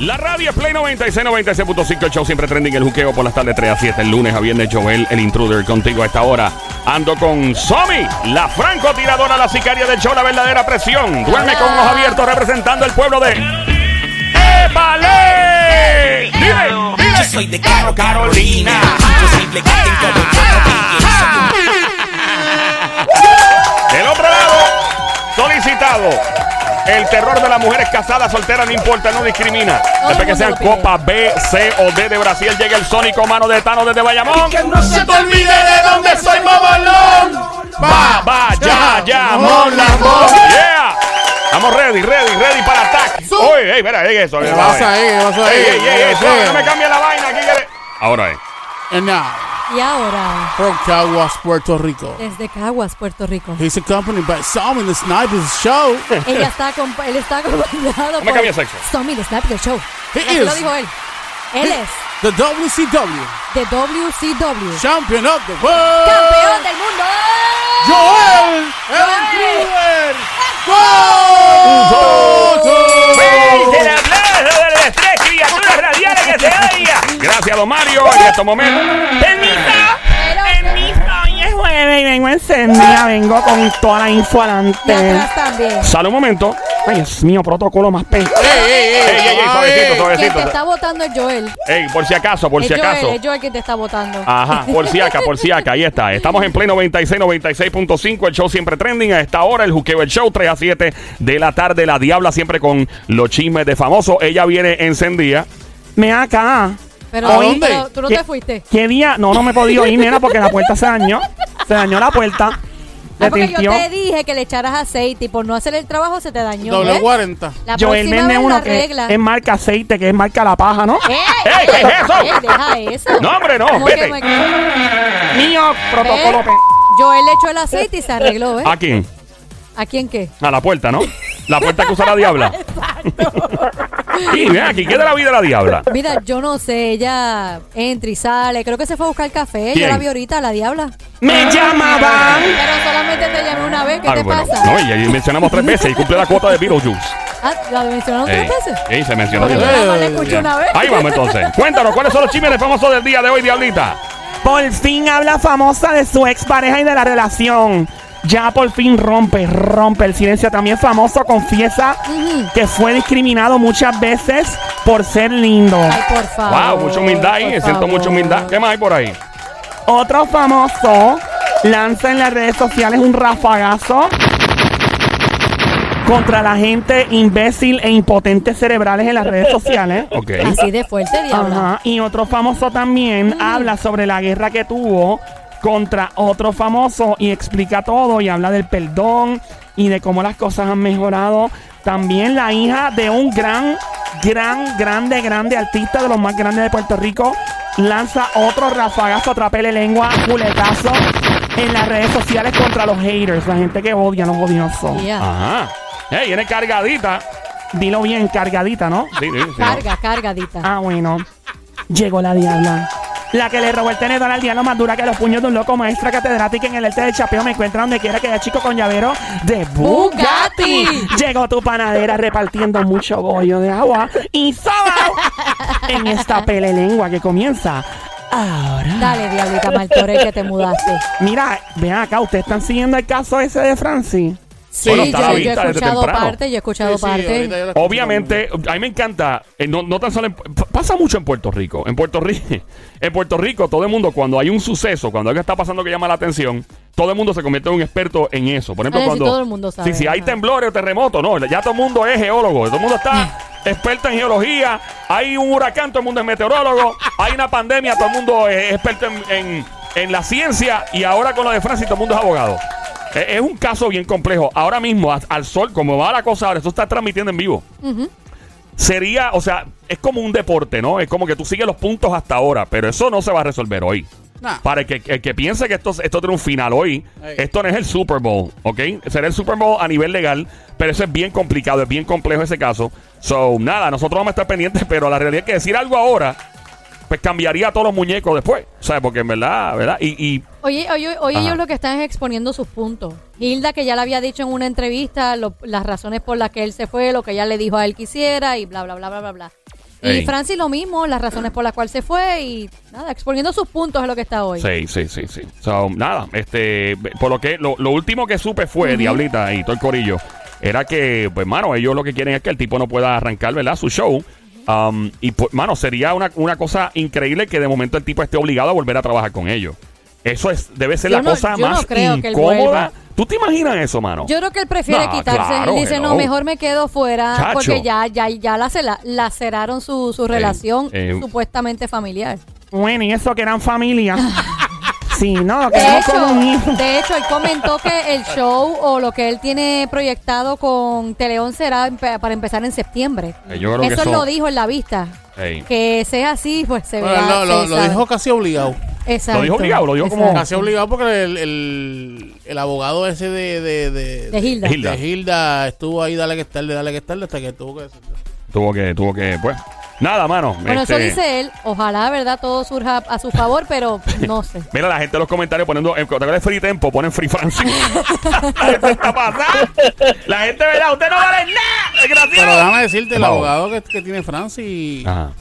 La radio es Play 96, 96.5, el show siempre trending, el juqueo por las tardes 3 a 7, el lunes a viernes, Joel, el intruder, contigo a esta hora. Ando con Somi, la francotiradora, la sicaria del show, la verdadera presión. Duerme con ojos abiertos representando el pueblo de... ¡Épale! ¡Dile, Yo soy de Caro Carolina. Yo soy de Caro Carolina. Del otro lado, solicitado. El terror de las mujeres casadas, solteras, no importa, no discrimina. Todo Después el que sean mundo lo pide. Copa B, C o D de Brasil, llega el sónico mano de Tano desde Bayamón. Que no se te olvide de dónde soy, mamolón. Va, va, Ah, ya, ya, amor, la amor. Yeah. Estamos ready, ready, ready para ataque. Oye, ey, espera, ey, eso. ¿Qué eh, pasa ahí? ¿Qué pasa ahí? Ey, ey, ey, eh. ey, ¿Qué suave, pasa? no me cambie la vaina aquí. que le- Ahora eh. es. And now, Y ahora, from Caguas, Puerto Rico. desde Caguas, Puerto Rico. He's accompanied by Sam in the Sniper's show. Ella está acompa- él está acompañado No me cambie sexo. Tommy the Snap del Show. He Así lo is. dijo él. Él es The WCW de WCW. Champion of the World. Campeón del mundo. Joel, el Joel. Intruder. ¡El ¡Gol! aplauso de las tres criaturas radiales que se oiga! Gracias, don Mario, en estos momentos. Pero- Hoy es jueves y vengo encendida, vengo con toda la info Y adelante. atrás también. Sale un momento. Ay, Dios mío, protocolo más pe... ¡Ey, ey, Ey, ey! ey, ey, suavecito, ey. Quien te suavecito. está votando es Joel. Ey, por si acaso, por es si Joel, acaso. Ah, es Joel quien te está votando. Ajá, por si acá, por si acá, ahí está. Estamos en Play 96, 96.5, el show siempre trending. A esta hora, el juqueo, el show, 3 a 7 de la tarde, la diabla siempre con los chismes de famosos. Ella viene encendida. Me acá. Pero, ¿A tú- dónde? pero tú no ¿Qué- te fuiste. ¿Qué día? No, no me he podido ir, nena, porque la puerta se dañó. Se dañó la puerta. Ah, porque yo tintió. te dije que le echaras aceite y por no hacer el trabajo se te dañó. Doble ¿ves? 40. La Joel próxima vende vez uno la que regla. Eh. es marca aceite, que es marca la paja, ¿no? ¡Ey! ¡Ey, qué es eso! ¡Ey, eh, deja eso! No, hombre, no, ¿Cómo que vete. me- ¿Ves? Mío, Eh. protocolo pe... Joel le echó el aceite y se arregló, ¿ves? ¿A quién? ¿A quién qué? A la puerta, ¿no? La puerta que usa la diabla. Y ven aquí, ¿qué de la vida de la diabla? Mira, yo no sé, ella entra y sale. Creo que se fue a buscar café. Yo ¿Quién? la vi ahorita, la diabla. Me llamaban. Pero solamente te llamé una vez. ¿Qué Ah, te bueno, pasa? no, eh. y ahí mencionamos tres veces y cumple la cuota de Beetlejuice. Ah, ¿La mencionaron Ey, tres veces? ey, se mencionó. Porque tres yo veces. nada más la escuché una vez. Ahí vamos entonces. Cuéntanos, ¿cuáles son los chismes de famosos del día de hoy, diablita? Por fin habla famosa de su expareja y de la relación. Ya por fin rompe, rompe el silencio. También famoso confiesa Ujú. que fue discriminado muchas veces por ser lindo. Ay, por favor. Wow, mucha humildad ahí. por Siento mucha favor. humildad. ¿Qué más hay por ahí? Otro famoso lanza en las redes sociales un rafagazo contra la gente imbécil e impotente cerebrales en las redes sociales. Ok. Así de fuerte, diabla. Ajá, Y otro famoso también habla sobre la guerra que tuvo contra otro famoso y explica todo y habla del perdón y de cómo las cosas han mejorado. También la hija de un gran, gran, grande, grande artista de los más grandes de Puerto Rico lanza otro rafagazo, atrapele lengua, culetazo en las redes sociales contra los haters, la gente que odia, los odiosos. Ya. Ajá. Ey, viene cargadita. Dilo bien, cargadita, ¿no? Sí, sí, sí. Carga, cargadita. Ah, bueno. Llegó la diabla. La que le robó el tenedor al diablo más dura que los puños de un loco maestra catedrática en el este del chapeo me encuentra donde quiera que haya chico con llavero de Bugatti. Bugatti. Llegó tu panadera repartiendo mucho bollo de agua y soba en esta pelelengua que comienza ahora. Dale, diablita Martorell, que te mudaste. Mira, vean acá, ¿ustedes están siguiendo el caso ese de Francis? Sí, Bueno, yo, está a la yo he vista desde escuchado temprano. parte, yo he escuchado Sí, sí, ahorita parte. ya la escucho Obviamente, a mí me encanta, eh, no, no tan solo en- p- pasa mucho en Puerto Rico. En Puerto Rico, en Puerto Rico, todo el mundo, cuando hay un suceso, cuando algo está pasando que llama la atención, todo el mundo se convierte en un experto en eso. Por ejemplo, Ah, sí, cuando. todo el mundo sabe, Sí, sí, hay ajá. temblores o terremotos, no, ya todo el mundo es geólogo, todo el mundo está experto en geología, hay un huracán, todo el mundo es meteorólogo, hay una pandemia, todo el mundo es experto en, en- en la ciencia y ahora con lo de Francia todo el mundo es abogado. Es, es un caso bien complejo. Ahora mismo, a- al sol, como va la cosa ahora, esto está transmitiendo en vivo sería, o sea, es como un deporte, ¿no? Es como que tú sigues los puntos hasta ahora, pero eso no se va a resolver hoy. Nah. Para el que, el que piense que esto, esto tiene un final hoy, esto no es el Super Bowl, ¿ok? Será el Super Bowl a nivel legal, pero eso es bien complicado, es bien complejo ese caso. So, nada, nosotros vamos a estar pendientes, pero la realidad es que decir algo ahora pues cambiaría todos los muñecos después. ¿Sabes? Porque en verdad, ¿verdad? Y, y Oye, oye, oye Ajá. ellos lo que están es exponiendo sus puntos. Hilda, que ya le había dicho en una entrevista lo- las razones por las que él se fue, lo que ella le dijo a él que hiciera y bla, bla, bla, bla, bla, bla. Ey. Y Francis lo mismo, las razones por las cuales se fue y nada, exponiendo sus puntos es lo que está hoy. Sí, sí, sí, sí. So, nada, este, por lo que lo, lo último que supe fue, Diablita y todo el corillo, era que, pues, mano, ellos lo que quieren es que el tipo no pueda arrancar, ¿verdad? Su show. Um, y, pues, mano, sería una, una cosa increíble que de momento el tipo esté obligado a volver a trabajar con ellos. Eso es, debe ser Yo la no- cosa yo no más creo que él incómoda. vuelva. ¿Tú te imaginas eso, mano? Yo creo que él prefiere Nah, quitarse. claro él que dice, no. no. mejor me quedo fuera Chacho. porque ya, ya, ya lacera- laceraron su, su relación eh. supuestamente familiar. Bueno, y eso que eran familia. sí, no, lo De queremos como un hijo. hecho, de hecho, él comentó que el show o lo que él tiene proyectado con Teleón será empe- para empezar en septiembre. Eh, yo creo que Eso él eso- lo dijo en la vista. Ey. Que sea así, pues se Bueno, verá. no, lo, se lo sabe. dijo casi obligado. Exacto. Lo dijo obligado, lo dijo como- Exacto. Casi obligado porque el, el, el abogado ese de, de, de, De Hilda. De Hilda. de Hilda estuvo ahí, dale que estarle, dale que estarle, hasta que tuvo que decirlo. Tuvo que, tuvo que, pues. Nada, mano. Bueno, eso este, dice él. Ojalá, ¿verdad? Todo surja a su favor, pero no sé. Mira la gente en los comentarios poniendo, en cuando de Free Tempo, ponen Free Francis. la gente está pasada. La gente, ¿verdad? Usted no vale nada, Pero desgraciado. déjame decirte, el Vamos. abogado que, que tiene Francis, Ajá.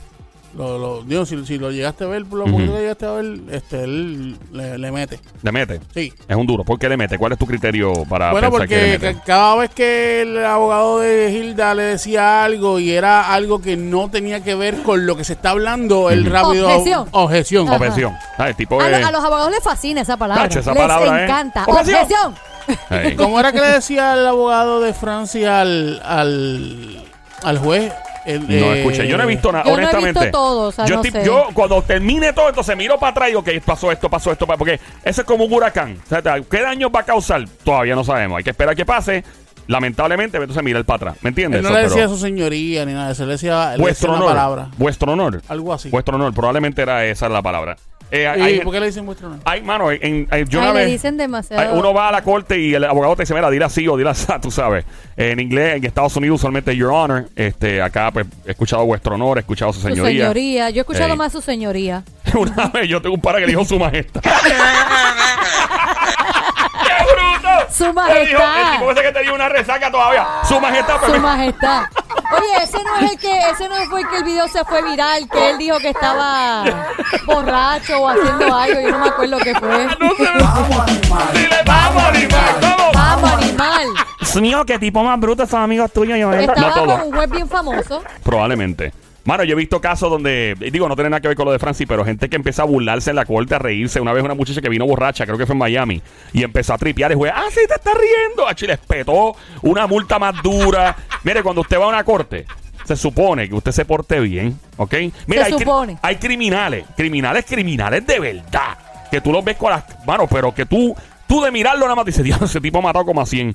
lo, lo, Dios, si, si lo llegaste a ver, por lo Ujú. poquito que llegaste a ver, este, él le, le mete. Le mete. Sí. Es un duro. ¿Por qué le mete? ¿Cuál es tu criterio para bueno, pensar Ah, que le porque mete? ca- cada vez que el abogado de Hilda le decía algo y era algo que no tenía que ver con lo que se está hablando, el Ujú. rápido Objeción. objeción. Ajá. Objeción. Ah, el tipo A, es... lo- a los abogados les fascina esa palabra. Cacho, esa les palabra, ¿eh? encanta. ¡Objeción! ¡Objeción! Ey. ¿Cómo era que le decía el abogado de Francia al, al, al juez? El, No eh, escuché, yo no he visto nada, yo no he honestamente. visto todo, o sea, yo, no estoy- sé. yo cuando termine todo, entonces miro para atrás y ok, pasó esto, pasó esto, pa- porque eso es como un huracán. O sea, ta- ¿Qué daño va a causar? Todavía no sabemos. Hay que esperar que pase. Lamentablemente, entonces mira el para atrás. ¿Me entiendes? Él no Eso, le pero- decía a su señoría ni nada, se le decía, él le decía Vuestro una honor. palabra. Vuestro honor. Algo así. Vuestro honor. Probablemente era esa la palabra. Eh, ¿Y hay, por qué le dicen vuestro honor? hay, mano, en, en- yo Ay, una le vez- dicen demasiado. Ay, Uno va a la corte y el abogado te dice, mira, dile así o dile así, tú sabes. En inglés, en Estados Unidos usualmente Your Honor. Este, acá pues, he escuchado vuestro honor, he escuchado su Su señoría. señoría. Yo he escuchado Ey. más su señoría. Una vez yo tengo un para que le dijo su majestad. ¡Qué bruto! Su Le dijo- majestad. el tipo ese que tenía una resaca todavía. Su majestad, Su pero- majestad. Oye, ese no es el que, ese no fue el que el video se fue viral, que él dijo que estaba borracho o haciendo algo, yo no me acuerdo qué fue. Ah, No se ve. Dile, vamos, animal, vamos. pues. Vamos, animal. Dios mío, qué tipo más bruto son amigos tuyos, yo. No Estaba todo. con un juez bien famoso. Probablemente. Mano, yo he visto casos donde, digo, no tiene nada que ver con lo de Francis, pero gente que empieza a burlarse en la corte, a reírse. Una vez una muchacha que vino borracha, creo que fue en Miami, y empezó a tripear y fue, ah, sí, te está riendo. Ah, les petó una multa más dura. Mire, cuando usted va a una corte, se supone que usted se porte bien, ¿ok? Mira, Se hay, cri- supone. hay criminales, criminales, criminales de verdad, que tú los ves con las manos, pero que tú, tú de mirarlo nada más dices, Dios, ese tipo ha matado como a 100.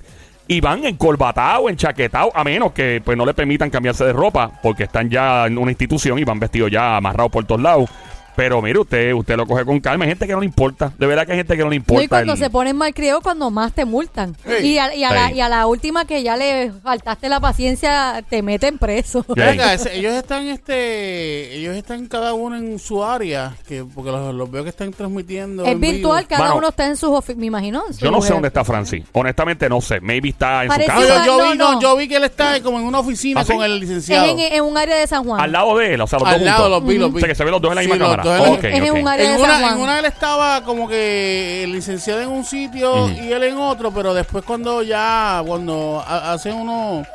Y van encorbatados, enchaquetados, a menos que pues no le permitan cambiarse de ropa, porque están ya en una institución y van vestidos ya amarrados por todos lados. Pero mire, usted, usted lo coge con calma. Hay gente que no le importa. De verdad que hay gente que no le No, importa. y cuando el- se ponen mal criados, cuando más te multan. Ey. Y a, y a la, Ey. y a la última que ya le faltaste la paciencia, te meten preso. Ya. Venga, ese- ellos están este ellos están cada uno en su área que porque los, los veo que están transmitiendo Es en vivo. virtual, cada Mano, uno está en sus oficinas, me imagino. en su Yo no sé lugar. dónde está Francis. Honestamente no sé. Maybe está en su Parece- No, casa. yo, yo No, vi, no. no, yo vi que él está como en una oficina ¿Ah, sí? con el Es licenciado en, en un área de San Juan. Al lado de él. O sea, los al dos lado juntos. los vi los O vi sea, que se ven los dos en la Sí, misma los cámara. dos en la- Ok, Es en ok. un área en de San una, Juan. en una él estaba como que el licenciado en un sitio Ujú. y él en otro, pero después cuando ya, cuando ha- hace unos,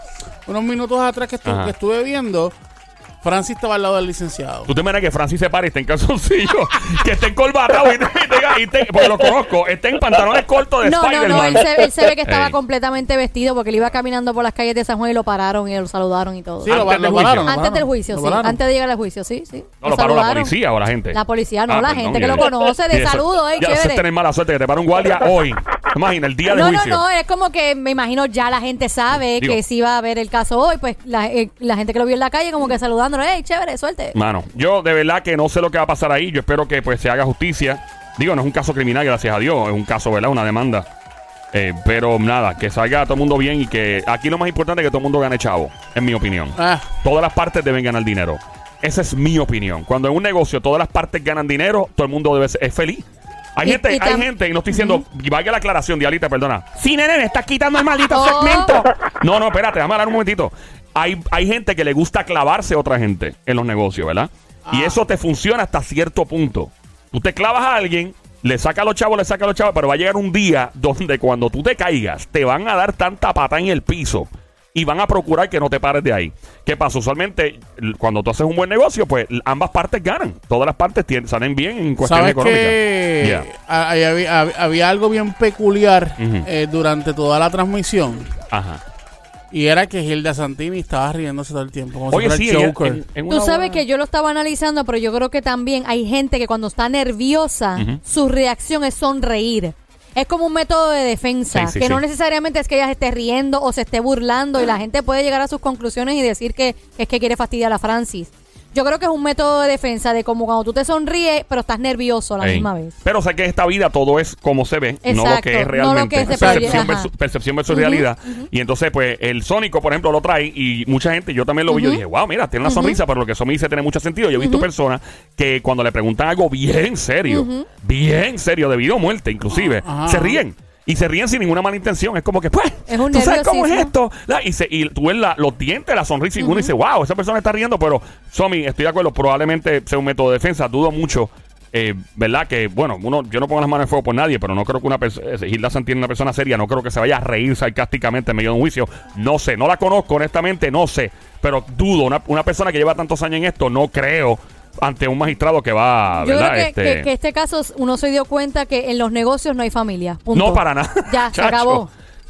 unos minutos atrás que, estu- Ajá. que estuve viendo, Francis estaba al lado del licenciado. ¿Tú te imaginas que Francis se pare y esté en calzoncillo? que esté encorbatado y, y tenga- y te- porque lo conozco, esté en pantalones cortos de No, no, no, Spider-Man. él se, él se ve que estaba Ey. completamente vestido porque él iba caminando por las calles de San Juan y lo pararon y lo saludaron y todo. Sí, Antes lo, del lo juicio. pararon. lo antes pararon, del juicio, lo sí. pararon. Antes de llegar al juicio, sí, sí. No, lo paró la policía o la gente. Ah, La policía, no, la gente que lo conoce, de saludo, ey, Ya, eso es chévere. tener mala suerte, que te para un guardia hoy. Imagina, el día de No, no, juicio. no, es como que me imagino ya la gente sabe Digo- que si va a haber el caso hoy, pues la, eh, la gente que lo vio en la calle como que saludándolo, hey, chévere, suerte. Mano, yo de verdad que no sé lo que va a pasar ahí. Yo espero que pues se haga justicia. Digo, no es un caso criminal, gracias a Dios. Es un caso, ¿verdad? Una demanda. Eh, pero nada, que salga todo el mundo bien y que aquí lo más importante es que todo el mundo gane chavo, en mi opinión. Ah, Todas las partes deben ganar dinero. Esa es mi opinión. Cuando en un negocio todas las partes ganan dinero, todo el mundo debe ser es feliz. Hay Y- gente, y hay tam- gente, y no estoy diciendo, y valga la aclaración, Dialita, perdona. Sí, nene, me estás quitando el maldito Oh. segmento. No, no, espérate, déjame hablar un momentito. Hay, hay gente que le gusta clavarse a otra gente en los negocios, ¿verdad? Y eso te funciona hasta cierto punto. Tú te clavas a alguien, le saca a los chavos, le saca a los chavos, pero va a llegar un día donde cuando tú te caigas, te van a dar tanta pata en el piso y van a procurar que no te pares de ahí. ¿Qué pasa? Usualmente, l- cuando tú haces un buen negocio, pues l- ambas partes ganan. Todas las partes tien- salen bien en cuestiones ¿Sabes económicas. que Yeah. a- ahí había, hab- había algo bien peculiar Ujú. eh, durante toda la transmisión? Ajá. Y era que Hilda Santini estaba riéndose todo el tiempo como Oye, si sí, fuera ella- el Joker. en- en Tú una- sabes que yo lo estaba analizando, pero yo creo que también hay gente que cuando está nerviosa, su reacción es sonreír. Es como un método de defensa, Sí, sí, que no sí. necesariamente es que ella se esté riendo o se esté burlando y la gente puede llegar a sus conclusiones y decir que es que quiere fastidiar a Francis. Yo creo que es un método de defensa de como cuando tú te sonríes, pero estás nervioso a la Ey. misma vez. Pero sé que en esta vida todo es como se ve, no lo Exacto, que es no lo que realmente. se proyecta, percepción, ajá. versus, percepción versus Ujú, realidad. Y entonces, pues, el Sónico, por ejemplo, lo trae y mucha gente, yo también lo vi, yo dije, wow, mira, tiene una sonrisa, pero lo que eso me dice tiene mucho sentido. Yo he visto personas que cuando le preguntan algo bien serio, bien serio, debido a muerte inclusive, Ajá. se ríen. Y se ríen sin ninguna mala intención. Es como que, pues, Es un ¿tú sabes cómo es nerviosismo. esto? La- y, se- y tú ves la- los dientes, la sonrisa, y uno dice, wow, esa persona está riendo, pero, Somi, estoy de acuerdo, probablemente sea un método de defensa, dudo mucho. eh, ¿Verdad? Que, bueno, uno, yo no pongo las manos en fuego por nadie, pero no creo que una persona, Hilda Santiene, una persona seria, no creo que se vaya a reír sarcásticamente en medio de un juicio. No sé, no la conozco, honestamente, no sé, pero dudo, una, una persona que lleva tantos años en esto, no creo ante un magistrado que va, Yo ¿verdad? creo que que- Este- que este... caso uno se dio cuenta que en los negocios no hay familia. punto. No, para nada. Ya, se Chacho, acabó.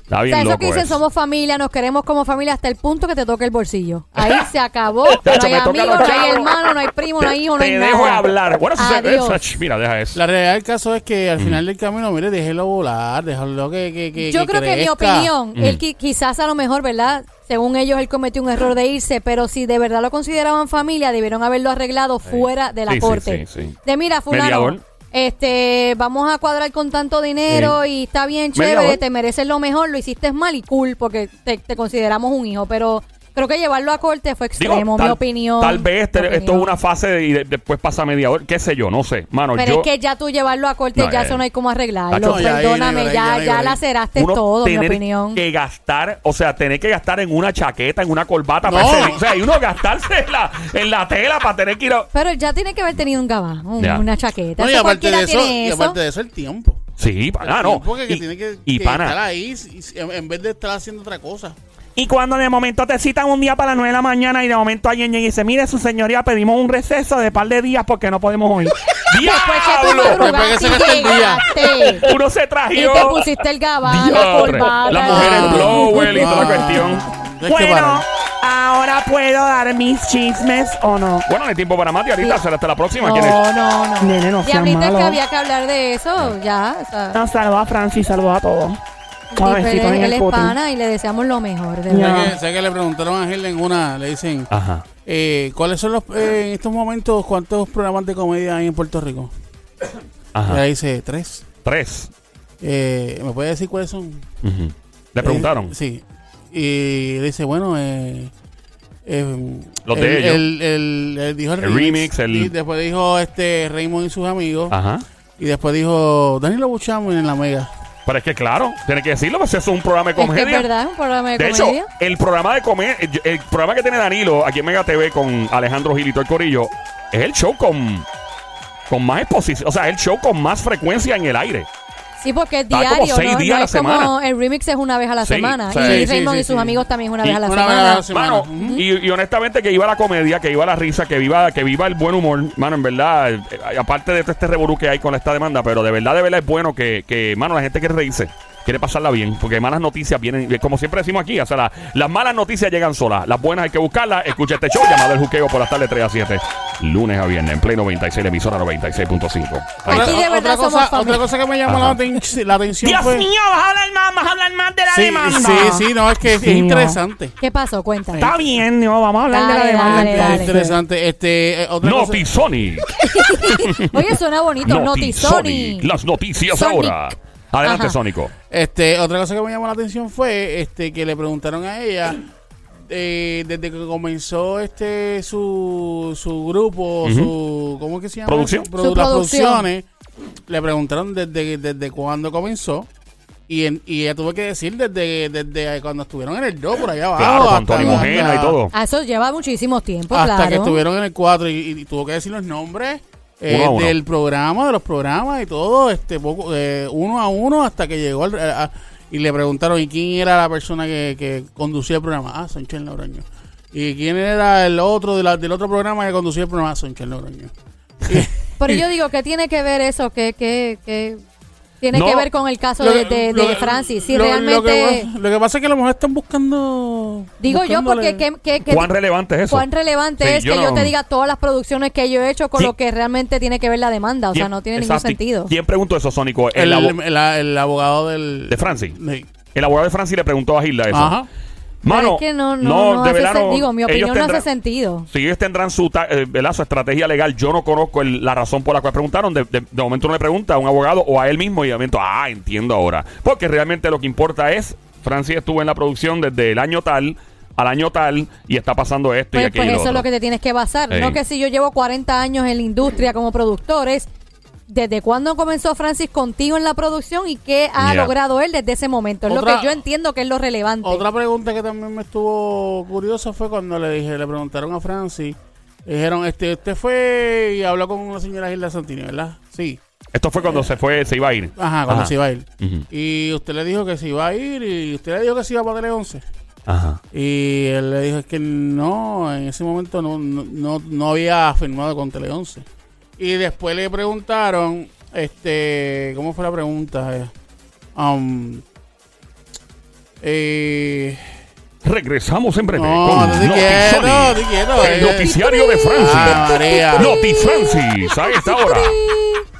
Está O bien sea, eso loco que dicen, eso. somos familia, nos queremos como familia hasta el punto que te toque el bolsillo. Ahí se acabó. No Chacho, hay me toca amigo, los no hay chavos. hermano, no hay primo, no hay hijo, no hay Te nada. dejo hablar. Bueno, eso se- Adiós. esa- ch- mira, deja eso. La realidad del caso es que al final del camino, mire, déjelo volar, déjalo que, que, que Yo creo que mi crezca. opinión, Mm. él qui- quizás a lo mejor, ¿verdad? Según ellos, él cometió un error de irse, pero si de verdad lo consideraban familia, debieron haberlo arreglado fuera de la Sí, sí, corte. sí, sí. De mira, fulano, Mediador. este, vamos a cuadrar con tanto dinero y está bien, chévere, Mediador. te mereces lo mejor, lo hiciste mal y cool porque te, te consideramos un hijo, pero creo que llevarlo a corte fue Digo, extremo, mi opinión. Tal vez este- mi esto es opinión. una fase de- y de- después pasa mediador, qué sé yo, no sé. Mano, Pero yo es que ya tú llevarlo a corte, No, ya eh. eso no hay cómo arreglarlo. Tacho, ya ahí, Perdóname, ahí, ya, ahí, ya ahí. laceraste uno todo, mi tener opinión. que gastar, o sea, tener que gastar en una chaqueta, en una corbata, No. para hacer- o sea, y uno gastarse en la, en la tela para tener que ir a... Pero él ya tiene que haber tenido un gabán, un- Ya. una chaqueta. No, y Eso aparte cualquiera de eso, tiene y eso. aparte de eso, el tiempo. Sí, pana, El Ah, no. tiempo que, que y, tiene que, y que estar pana, ahí si- si- en en vez de estar haciendo otra cosa. Y cuando de momento te citan un día para las 9 de la mañana y de momento alguien llega y dice, mire, su señoría, pedimos un receso de par de días porque no podemos oír. Después pues, que tú ¡Diablo! Después que madrugaste y se gasta el día. llegaste, uno se y trajeó... te pusiste el gabán, la Diablo. corbata. La mujer en blower y toda la Ah. cuestión. Es que bueno, para. ahora puedo dar mis chismes o no. Bueno, no hay tiempo para más, Dialita, Sí. será hasta la próxima. ¿Quién es? No, no, no. Nene, no seas Diablito, es malo. que había que hablar de eso, ya. o sea, No, saludos Ah, a Francis, saludos a todos. sí, Un pero besito en él, él el es cuti. pana y le deseamos lo mejor, de Ya. verdad. ¿Sabes que, sabes que le preguntaron a Gil en una? Le dicen, Ajá. eh, ¿cuáles son los, eh, en estos momentos, cuántos programas de comedia hay en Puerto Rico? Y Ajá. ella dice, tres. Tres. Eh, ¿Me puede decir cuáles son? Ujú. Le preguntaron. Eh, sí. Y dice, bueno, eh, eh, Los el- de ellos. el- el- el- dijo el, El remix, el- Ah. Y después dijo este Raymond y sus amigos. Ajá. Y después dijo Danilo Buchanan en la mega. Pero es que claro, tiene que decirlo, pues eso es un programa de Es que comedia. es verdad, es un programa de, de hecho, comedia. el programa de comedia, el, el programa que tiene Danilo aquí en Mega TV con Alejandro Gilito el Corillo, es el show con, con más exposición, o sea, es el show con más frecuencia en el aire. Sí, porque es da como diario, ¿no? seis no, días a la es como semana. el remix es una vez a la Sí, semana. sí, sí, y Raymond sí, y sus sí. amigos también es una Y vez a la una vez a semana. la semana. Mano, Ujú. y, y honestamente que viva la comedia, que viva la risa, que viva, que viva el buen humor, mano, en verdad, eh, eh, aparte de todo este revolú que hay con esta demanda, pero de verdad, de verdad es bueno que, que mano, la gente que reírse. Quiere pasarla bien, porque malas noticias vienen, eh, como siempre decimos aquí, o sea, la- las malas noticias llegan solas, las buenas hay que buscarlas. Escucha este show llamado El Juqueo por las tardes 3 a 7, lunes a viernes, en Play 96, la emisora 96.5. Ahí Aquí está. de Otra- verdad otra, somos cosa, familia. otra cosa que me llamó Ajá. la, aten- la atención Dios fue... mío, vas a hablar más, vas a hablar más de la Sí, demanda. sí, sí, no, es que es Sí, no. interesante. ¿Qué pasó? Cuéntame. Está bien, no, vamos a hablar de la Dale, demanda. dale, entonces. Es interesante. Este, eh, otra cosa- Notisonic. Oye, suena bonito. Notisonic. Notisonic. Las noticias Sonic. ahora. Adelante, Ajá. Sónico. Este, otra cosa que me llamó la atención fue este que le preguntaron a ella eh, desde que comenzó este su, su grupo, su ¿cómo es que se llama? Producción. Su produ- Su las producción. producciones, le preguntaron desde, desde cuándo comenzó. Y, en- y ella tuvo que decir desde, desde cuando estuvieron en el 2 por allá abajo. Claro, con Ah, hasta- Tony Mojena y hasta- todo. Ah, eso lleva muchísimo tiempo, hasta Pues claro. que estuvieron en el 4 y, y tuvo que decir los nombres eh, Uno a uno. del programa, de los programas y todo, este poco, eh, uno a uno hasta que llegó al- a- a- y le preguntaron y quién era la persona que, que conducía el programa. Ah, Sánchez Logroño. ¿Y quién era el otro de la- del otro programa que conducía el programa? Ah, Sánchez Logroño. Pero yo digo, ¿qué tiene que ver eso? ¿Qué, qué, qué tiene No, que ver con el caso Lo de, que- de- lo de que- Francis? Si lo- lo que realmente... pasa- lo que pasa es que a lo mejor están buscando... digo yo, buscándole- porque ¿qué, qué- qué- ¿Cuán relevante es eso? cuán relevante Sí, es yo que yo no- te diga todas las producciones que yo he hecho con Sí. lo que realmente tiene que ver la demanda? O sea, ¿Quién- no tiene exacto. ningún sentido. ¿Quién preguntó eso, Sónico? El, El, abo- el- el abogado del... de Francis. Sí. El abogado de Francis le preguntó a Gilda eso. Ajá. Pero Mano, es que no, no, no de hace verdad sen- no- Digo, mi ellos opinión no hace tendrán- sentido. Si ellos tendrán su, ta- eh, ¿verdad? su estrategia legal, yo no conozco el- la razón por la cual preguntaron. De, de- de momento uno le pregunta a un abogado o a él mismo y de momento, ah, entiendo ahora. Porque realmente lo que importa es, Francis estuvo en la producción desde el año tal al año tal y está pasando esto y Pues, aquello. pues y eso es otro. lo que te tienes que basar. Ey. No que si yo llevo 40 años en la industria como productores, ¿desde cuándo comenzó Francis contigo en la producción y qué ha Ya. logrado él desde ese momento? Es Otra- lo que yo entiendo que es lo relevante. Otra pregunta que también me estuvo curiosa fue cuando le dije, le preguntaron a Francis, le dijeron, este, usted fue y habló con la señora Gilda Santini, ¿verdad? Sí. Esto fue cuando se fue, se iba a ir. Ajá, cuando se iba a ir. Ujú. Y usted le dijo que se iba a ir y usted le dijo que se iba para Tele 11. Ajá. Y él le dijo es que no, en ese momento no, no, no, no había firmado con Tele 11. Y después le preguntaron, este, ¿cómo fue la pregunta? Eh, um, eh, Regresamos en breve no, con no te Notizón, quiero, te quiero. el eh. noticiario de Francis. Ah, María. Noti Francis, a esta hora.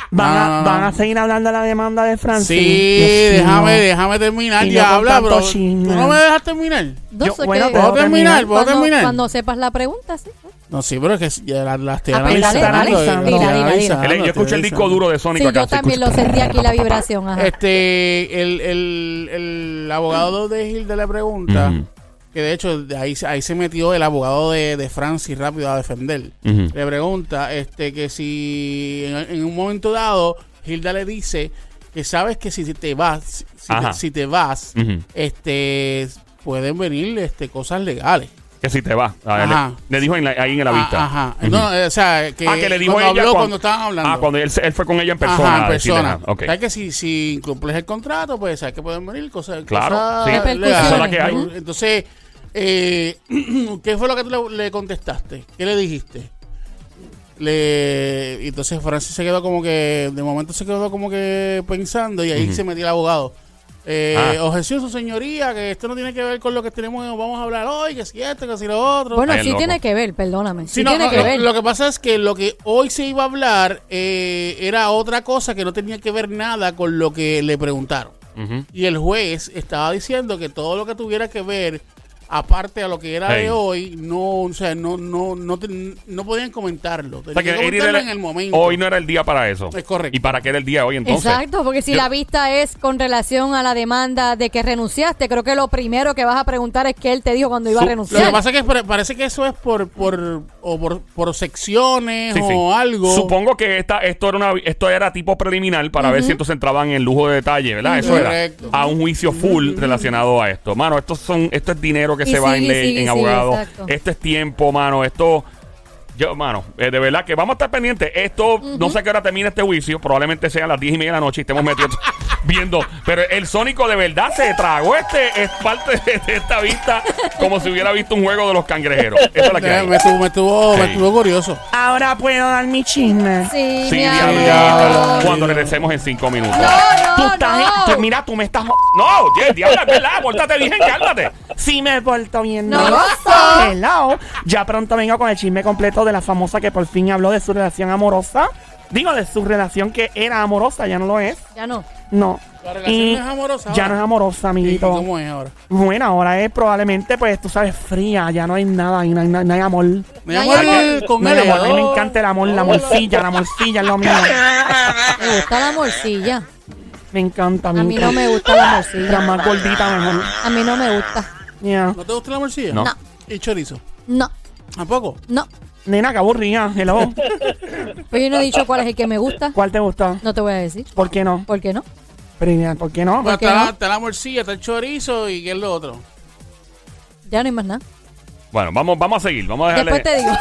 ¿Van, No, no, a, no. van a seguir hablando de la demanda de Francis. Sí, Dios mío. déjame, déjame terminar. Ah, Y no ya con habla, tanto bro. chisme. ¿Tú no me dejas terminar? No Yo- sé bueno, qué- te- ¿Puedo Puedo terminar? terminar, ¿Puedo cuando, terminar? cuando sepas la pregunta, sí. No, sí, pero es que ya la, la estoy Ah, pero dale, dale, analizando. eh, la dila, estoy dila, dila. analizando, El- yo estoy escuché el disco analizando. duro de Sonic Sí, acá. yo se también lo escucha. sentí aquí la vibración. Ajá. Este, el, el, el abogado de Gilda le pregunta, Ujú. que de hecho de ahí, ahí se metió el abogado de, de Francis rápido a defender. Ujú. Le pregunta este, que si en, en un momento dado Gilda le dice que sabes que si te vas, si, Ajá. te, si te vas, Ujú. este, pueden venir este, cosas legales. Que si te va. A ver, Ajá. Le, le dijo en la- ahí en la Ah, vista. Ajá. Ujú. No, eh, o sea, que, ah, que le dijo cuando ella habló cuando estaban hablando. Ah, cuando él, se- él fue con ella en persona. Ajá, en a decirle, persona. ajá, ok. ¿Sabes que si, si incumples el contrato, pues sabes que pueden venir cosas. Claro, cosas sí. Repercusiones. Esa es la que hay. Ujú. Entonces, eh, ¿qué fue lo que tú le, le contestaste? ¿Qué le dijiste? Le, y entonces Francis se quedó como que, de momento se quedó como que pensando y ahí se metió el abogado. Eh, Ah. Objeción, su señoría, que esto no tiene que ver con lo que tenemos, vamos a hablar hoy, que si esto, que si lo otro. bueno, Ay, el sí loco. tiene que ver, perdóname. Sí, Sí, no, tiene no, que lo, ver. lo que pasa es que lo que hoy se iba a hablar eh, era otra cosa que no tenía que ver nada con lo que le preguntaron. Ujú. Y el juez estaba diciendo que todo lo que tuviera que ver, aparte a lo que era Hey. de hoy, no, o sea, no, no, no, ten- no podían comentarlo. O Tenían sea, que que Eddie comentarlo era- en el momento. Hoy no era el día para eso. Es correcto. ¿Y para qué era el día hoy entonces? Exacto, porque si Yo- la vista es con relación a la demanda de que renunciaste, creo que lo primero que vas a preguntar es qué él te dijo cuando iba a Su- Lo que renunciar. pasa es que pare- parece que eso es por por, o por, por secciones Sí, sí. o algo. Supongo que esta, esto, era una, esto era tipo preliminar para ver si entonces entraban en lujo de detalle, ¿verdad? Eso Correcto. era. A un juicio full relacionado a esto. Mano, estos son, esto es dinero que Y se va en sigue, ley, sigue, en sigue, abogados. exacto. Esto es tiempo, mano. Esto. Yo, mano, eh, de verdad que vamos a estar pendientes. Esto, no sé a qué hora termina este juicio. Probablemente sea a las 10 y media de la noche y estemos metidos viendo. Pero el Sónico de verdad se tragó este. Es parte de, de esta vista como si hubiera visto un juego de los cangrejeros. Eso es la que Eh, hay. me estuvo, me estuvo, me Sí. estuvo curioso. Ahora puedo dar mi chisme. Sí, Sí, mi diablo. amor. Cuando regresemos en 5 minutos. Tú No, estás- no, tú- no. mira, tú me estás. No, oye, diabla, es verdad, pórtate bien, cálmate. Sí, me he vuelto bien. No, loca. no. Hello. Ya pronto vengo con el chisme completo de la famosa que por fin habló de su relación amorosa. Digo, de su relación que era amorosa, ya no lo es. Ya no. No. La relación Y no es amorosa Ya ahora. no es amorosa, ¿Y amiguito. cómo es ahora? Bueno, ahora es probablemente, pues tú sabes, fría, ya no hay nada, ahí no hay, no hay- no hay amor. Me No hay llamo el- amor. con No hay él. amor. A mí me encanta el amor, la morcilla, la morcilla es lo mío. Me gusta la morcilla. Me encanta, A mí no me gusta la morcilla. más gordita, mejor. A mí no me gusta. Ya. ¿No te gusta la morcilla? No. y chorizo. No, ¿Tampoco? no. Nena, qué aburrida. Hello. Pero yo no he dicho cuál es el que me gusta. ¿Cuál te gustó? No te voy a decir. ¿Por qué no? ¿Por qué no? Pero, mira, ¿Por qué no? Bueno, qué está, no? la, está la morcilla, está el chorizo y qué es lo otro. Ya no hay más nada. Bueno, vamos, vamos a seguir. Vamos a dejarle, Después te digo.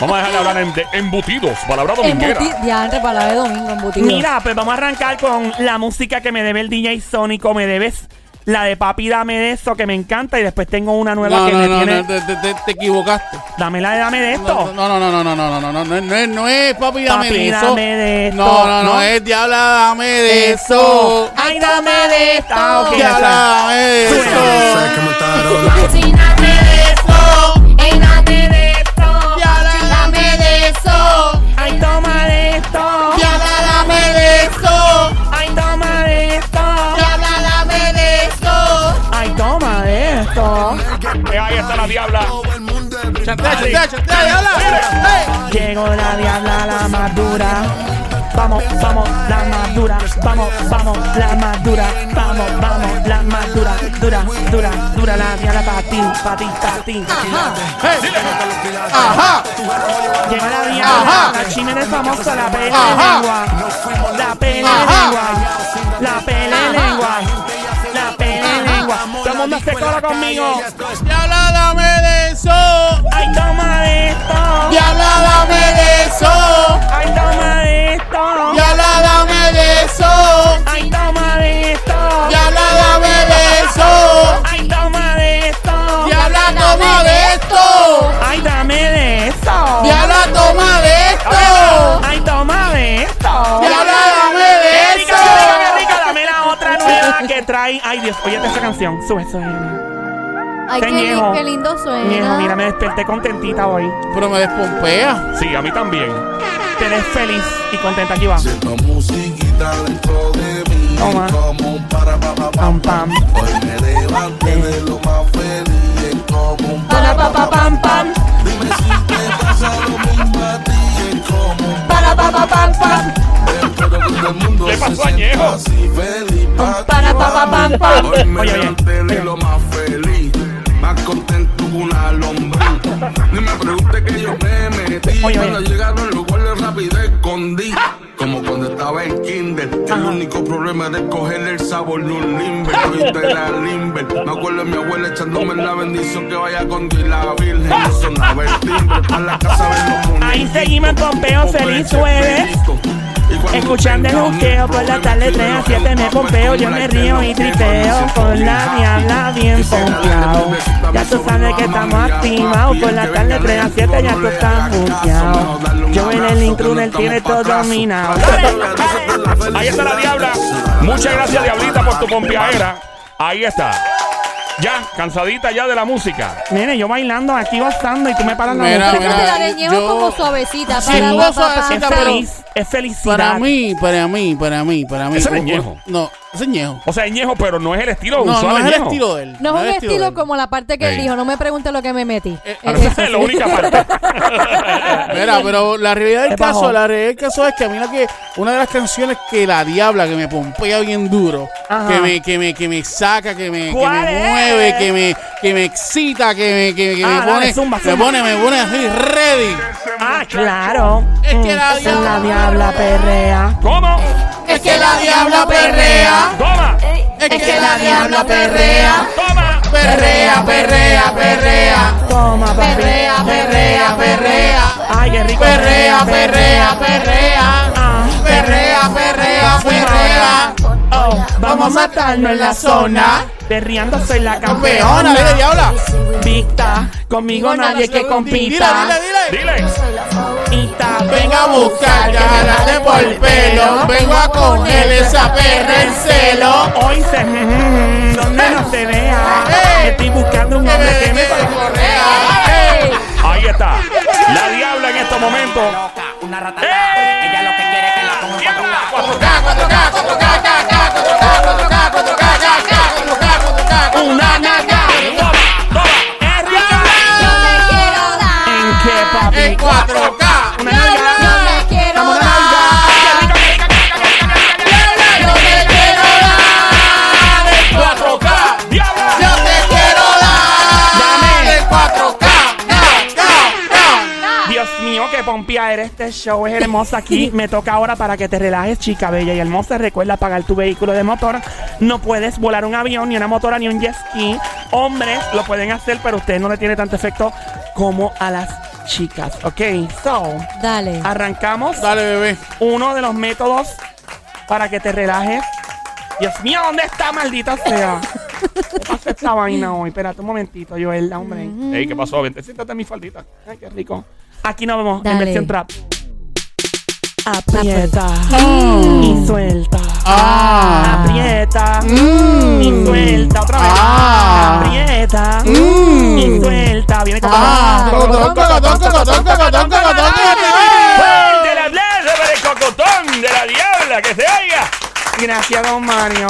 vamos a dejarle hablar en, de embutidos. Palabra dominguera. Embuti- Ya, entre palabras de domingo, embutido. Mira, pues vamos a arrancar con la música que me debe el DJ Sónico. Me debes la de Papi Dame de eso, que me encanta. Y después tengo una nueva No, que no, me no, tiene. no, te, te- te- te equivocaste. Dame la de Dame de esto. No, no, no, no, no, no, no, no, no, no, no, es- no es papi dame Papi, de eso. dame de esto, No, no, no, ¿no? es diabla dame de eso. Ah, Ay, dame de esto. Ok, Diabla esa. dame pues. de pues. eso. Sé que me tardaron Chíname de eso, enate de eso, chíname de eso, Ay, toma de esto. Diabla dame de eso. Ay, toma de esto. háblame de eso. Ay, toma de esto. Eh, ahí está la diabla. todo el mundo de brincar. Chantea, chantea, chantea, diabla. Llegó la diabla, la más dura. Vamos, vamos, la más dura. Vamos, vamos, la más dura. Vamos, vamos, la más dura. Dura, dura, dura la diabla para ti, para ti, para ti. Hey, hey. Ajá. Llegó la Ajá. diabla, la chimera es famosa, la pele Ajá. lengua. La pele Ajá. lengua. La pele lengua. La pele lengua. Todo el mundo se cola conmigo. Diabla dame de eso. Ay, toma de esto. Diabla dame de eso. Ay, toma de esto. Diabla dame de eso. Ay, toma de esto. Diabla dame de eso. Ay, toma de esto. Diabla toma de esto. Ay, dame de esto. Diabla toma de esto. Ay, toma de esto. Diabla dame de ¡Qué rica, eso. qué rica, qué rica! Dame la otra nueva que trae. Ay, Dios, oye esa canción. Sube, sube. Ñejo, Ay, qué, li- Ñejo. qué lindo suena. mira, me desperté contentita hoy. Pero me despompea. Sí, a mí también. Te ves feliz y contenta aquí va. Siento musiquita dentro de mí. Toma. Como un para pa, pa, Pam, pam. pam. Hoy me levanté de lo más feliz. Es como un Para, pa, pa, pam, pam. Dime si te pasa lo mismo a ti. Es como un Para, pa, pa, pam, pam. Pero todo el mundo Le pasó se a Ñejo. sienta así feliz pa' Para, pa, pa, pam, pam. Hoy me Oye, oye, levanté oye. de lo más feliz Más contento que una lombriz Ni me pregunte que yo me metí Oye, Cuando oye. llegaron los goles rápido escondí Como cuando estaba en kinder El único problema era escoger el sabor de un limber Hoy te da limber Me acuerdo de mi abuela echándome la bendición Que vaya con Dios y la virgen No sonaba el timbre Pa' la casa ver los muñecos Ahí seguimos en Pompeo, feliz jueves. Escuchando el juqueo por la tarde 3 a 7 me pompeo, yo me río y tripeo con la diabla bien pompeado. Ya tú sabes que estamos activados por la tarde 3 a 7 ya tú estás punteado. Yo en el intruder tiene todo dominado. Ahí está la diabla. Muchas gracias, diablita, por tu pompeadera. Ahí está. Ya, cansadita ya de la música. Nene, yo bailando aquí bastando y tú me paras la Mira, música. Pero fíjate, la de Ñejo yo- como suavecita. Sí, para, como pa, pa, pa, Es suavecita, pa. pero- feliz, es felicidad. Para mí, para mí, para mí, para mí. Ese no es Un- Ñejo. un- No, ese es Ñejo. O sea, es Ñejo, pero no es el estilo No, usual no de es el Ñejo. estilo de él. No es un el de estilo él. como la parte que él Ey. dijo, no me pregunte lo que me metí. Eh, Ah, no, Eso esa es sí. la única parte. Mira, pero la realidad del Es bajo. caso, la realidad del caso es que a mí la que una de las canciones que la diabla que me pompea bien duro, Ajá. que me que me que me saca, que me, que me ¿Cuál es? mueve, que me que me excita, que me que, que Ah, me dale, pone zumba, me zumba. pone me pone así ready. Ah, claro. Es que la Mm, es diabla- la diabla perrea. ¿Cómo? Es que la diabla perrea, Toma, es que la diabla perrea, toma. perrea, perrea, perrea, Toma, papi. perrea, perrea, perrea, Ay, qué rico. perrea, perrea, perrea, Ah. perrea, perrea, perrea. Oh, vamos a matarnos en la zona. Perreando soy la Peona, campeona. dile diabla. Victa, conmigo nadie que compita. Dile, dile, dile. Dile. Ita, Venga a buscar, ya jálate por el pelo. Vengo a coger esa perra en celo. Hoy se mm, donde no se vea. Ey. Estoy buscando un hombre que me correa. ey. Ahí está. La diabla en este estos momentos. Loca, una rata. Ella lo que quiere es que la ponga en cuatro Diabla. K. 4K, 4K, 4K, 4K, 4K, 4K, 4K, 4K, 4K, 4K, 4K. una nana. Toma, toma. Es rica. Yo te quiero dar. ¿En qué, papi? En 4K. Una eh, Yo, nalga. yo te quiero Vamos, una dar. nalga. Diabla, yo te quiero dar. En 4K. Diabla. Yo te quiero dar. Dame. En 4K. rompiaire, este show es hermoso aquí. Me toca ahora para que te relajes, chica bella y hermosa. Recuerda pagar tu vehículo de motor. No puedes volar un avión, ni una motora, ni un jet ski. Hombres lo pueden hacer, pero usted no le tiene tanto efecto como a las chicas. Ok, so, Dale. arrancamos Dale, bebé. uno de los métodos para que te relajes. Dios mío, ¿dónde está, maldita sea? ¿Qué pasa esta vaina hoy? Espérate un momentito, Joel, hombre. Ey, ¿qué pasó? Vente, siéntate en mi faldita. Ay, qué rico. Aquí nos vemos Dale. en versión trap. Aprieta y suelta. Ah. Mm. Aprieta y suelta. Otra vez. Ah. Mm. Aprieta y suelta. Viene con Ah. Cocotón, cocotón, cocotón, cocotón, cocotón, cocotón. ¡Fuerte el aplauso para el cocotón de la diabla! ¡Que se oiga! Gracias, don Mario.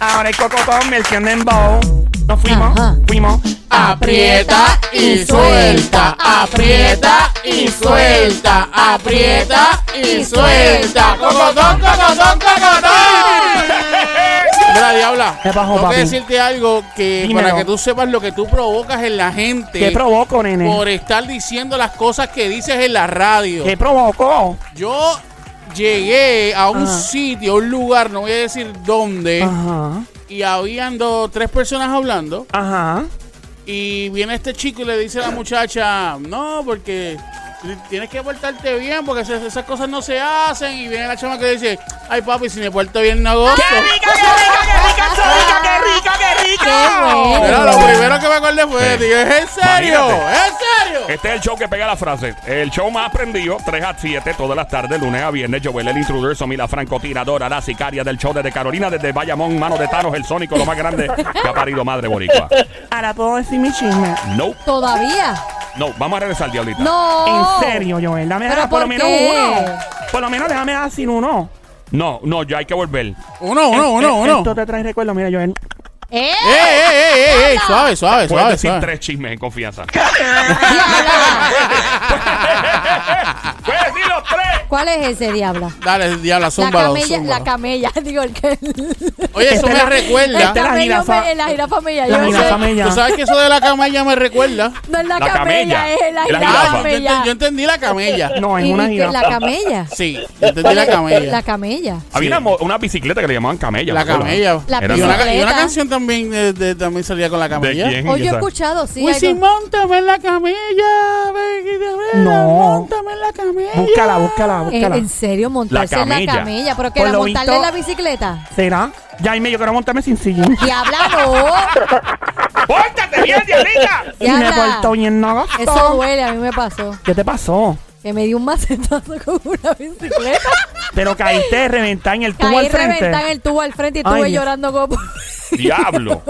Ahora el cocotón, versión dembow. Nos fuimos, Ajá. fuimos. Aprieta y suelta, aprieta y suelta, aprieta y suelta. Cocotón, cocotón, cocotón. Mira, diabla, Me bajo, tengo que papi. decirte algo que Dímelo. para que tú sepas lo que tú provocas en la gente ¿Qué provoco, nene? por estar diciendo las cosas que dices en la radio. ¿Qué provocó? Yo llegué a un Ajá. sitio, a un lugar, no voy a decir dónde, Ajá. y habían dos, tres personas hablando. Ajá. Y viene este chico y le dice a la muchacha, no, porque tienes que portarte bien, porque esas, esas cosas no se hacen. Y viene la chama que dice, ay papi, si me porto bien no gozo. rica, qué rica, qué rica, qué rica, Ah. qué rica, qué rica! bueno. Pero lo primero que me acordé fue de ti. ¿Es en serio? Imagínate. ¿Es en serio? Este es el show que pega la frase. El show más aprendido, 3 a 7, todas las tardes, lunes a viernes. Joel el intruder, Somi la francotiradora, la sicaria del show desde Carolina, desde Bayamón, mano de Thanos, el sónico, lo más grande que ha parido madre boricua. Ahora puedo decir mi chisme. No, Todavía. no, vamos a regresar, diablita. No. En serio, Joel, dame Oh. ¿Pero deja por lo por menos qué? uno. Por lo menos déjame decir uno. no, no, ya hay que volver. Uno, uno, uno, Eh, uno. Esto te trae recuerdo, mira, Joel. ¡Eh! ¡Ey, ey, ey, ey, ey! eh, Suave, suave, Puedes suave. decir suave. tres chismes en confianza. Diabla. Puedes decir Pues, los tres. ¿Cuál es ese diabla? Dale, diabla, La zúmbalo, camella, la zúmbalo. camella, digo el que. Oye, eso me recuerda. Esta es la Camello jirafa. me- este la jirafa mella, La yo jirafa sé. mella. ¿Tú sabes que eso de la camella me recuerda? Ah, No es la, La camella, camella. es la Es la jirafa jirafa. Yo mella. entendí, yo entendí la camella. No, es Y una que jirafa. La camella. Sí, yo entendí la camella. La camella. Había una, mo- una bicicleta que le llamaban camella. La ¿no? camella. La Era y, una, ca- y una bicicleta. canción también, eh, de- también salía con la ¿De camella. quién? O yo he Esa- escuchado, sí. Uy, algo- sí, montame en la camella. ven y te ven, No. Montame en la camella. Búscala, búscala, Eh, búscala. ¿En serio? ¿Montarse La en camella. la camella? ¿Pero que Por la lo montarle en visto- la bicicleta? ¿Será? Jaime, yo quiero montarme sin sillín. ¡Diabla, no! ¡Pórtate bien, diablita! Y me he Diabla. vuelto bien no Eso duele, a mí me pasó. ¿Qué te pasó? Que me dio un macetazo con una bicicleta. Pero caíste de reventar en el tubo Caí al frente. reventar el tubo al frente y Ay, estuve Dios. llorando como... ¡Diablo!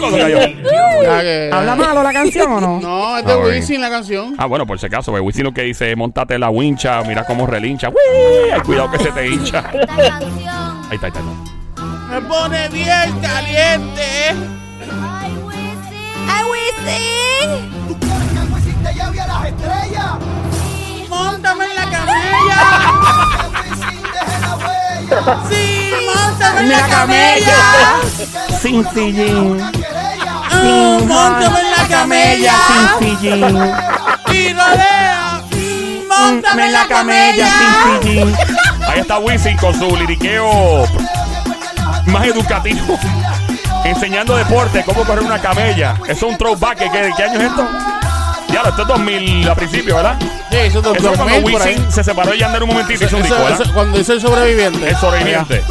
Cuando cayó. Ya que- ¿Habla malo la canción o no? No, es de Ah, bueno. Wisin la canción. Ah, bueno, por si acaso, güey. lo que dice, montate la wincha, mira cómo relincha. ¡Uy! Ay, cuidado que se te hincha. Ahí está, ahí está. ahí está. Me pone bien caliente. Montame en la camella. Sí, montame en la camella. Sin sillín. Ah, Montame en la camella. Sin sillín. Y rodea. Mm, Montame en la camella. Sin sillín. Ahí está Wisin con su liriqueo más educativo. Enseñando deporte, cómo correr una camella. Eso es un throwback. ¿Qué, qué año es esto? Ya, esto es 2000 a principio, ¿verdad? Sí, eso es Eso es cuando 2000 por ahí. Wisin se separó de Yander un momentito y hizo un disco, Eso- ¿verdad? eso- Cuando hice el sobreviviente. Es sobreviviente.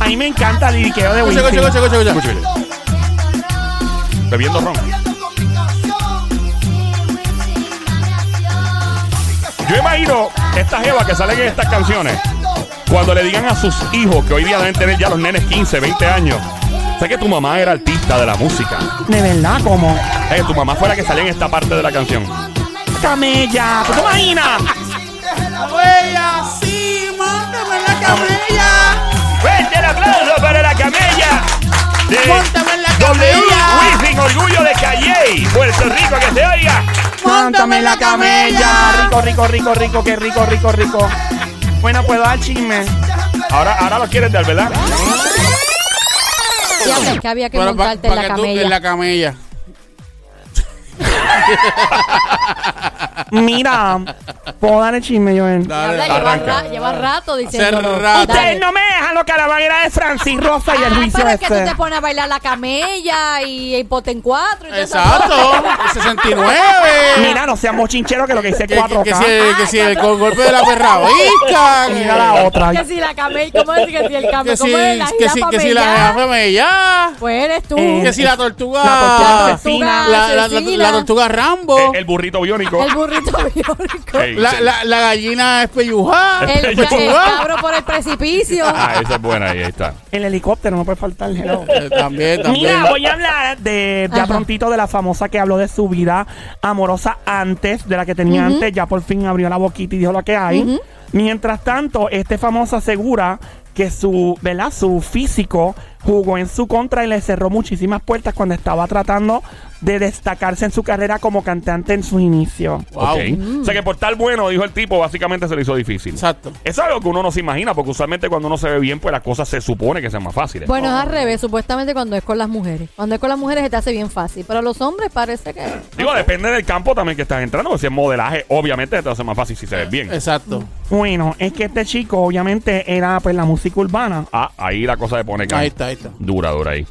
A mí me encanta el liriqueo de Escucha, escucha, Wisin. escucha, escucha, escucha. Escúchale. Bebiendo ron. Yo imagino estas jevas que salen en estas canciones, cuando le digan a sus hijos que hoy día deben tener ya los nenes 15, 20 años, sé que tu mamá era artista de la música. De verdad, como. Eh, tu mamá fue la que salía en esta parte de la canción. Camella. ¿Tú te imaginas? Sí, montame en la camella. ¡Fuerte el aplauso para la camella! De Móntame en la W. camella. Wisin, orgullo de Calle, Puerto Rico, que se oiga. Mántame la camella. Rico, rico, rico, rico, qué rico, rico, rico. Bueno, puedo dar chisme. Ahora, ahora lo quieres dar, ¿verdad? Diabla, es que había que Pero pa- montarte en pa' la que tú- camella. en la camella. Mira, puedo dar el chisme, Joel. Dale, Habla, lleva, ra- lleva rato diciendo. rato. Ustedes no me dejan lo que la vaguera de Francis Rosa y el juicio Ah, pero es que tú este. te pones a bailar la camella y, y pote en cuatro. Y todas esas Exacto, cosas. el 69. Mira, no seamos chincheros que lo que dice que, que, que 4K. si, el- que si el con golpe de la perrabica. que- Mira la otra. Que si la camella, ¿cómo es que si el Que camella? si, ¿Cómo es la que si, jirafa que si la mellada? jirafa mellá, Pues eres tú. Eh, Que si la tortuga. La tortuga La asesina. la- la- asesina. la tortuga Rambo. Eh, El, el burrito biónico. El burrito biónico. Ey, La, sí. la, la gallina espellujada. El, el espellujada. cabro por el precipicio. Ah, esa es buena, ahí está. El helicóptero no puede faltar. hello. Eh, También, también. Mira, voy a hablar de ya Ajá. prontito de la famosa que habló de su vida amorosa antes de la que tenía antes. Ya por fin abrió la boquita y dijo lo que hay. Mientras tanto, este famoso asegura que su, ¿verdad? su físico jugó en su contra y le cerró muchísimas puertas cuando estaba tratando de destacarse en su carrera como cantante en su inicio. Wow. Ok. O sea que por tal bueno, dijo el tipo, básicamente se le hizo difícil. Exacto. Eso es algo que uno no se imagina, porque usualmente cuando uno se ve bien, pues las cosas se supone que sean más fáciles. Bueno, es al revés, supuestamente cuando es con las mujeres. Cuando es con las mujeres se te hace bien fácil, pero a los hombres parece que... Digo, depende del campo también que estás entrando. porque Si es modelaje, obviamente te hace más fácil si se ves bien. Exacto. Bueno, es que este chico obviamente era pues la música urbana. Ah, ahí la cosa de pone cara. Ahí está, ahí está. Dura, dura ahí.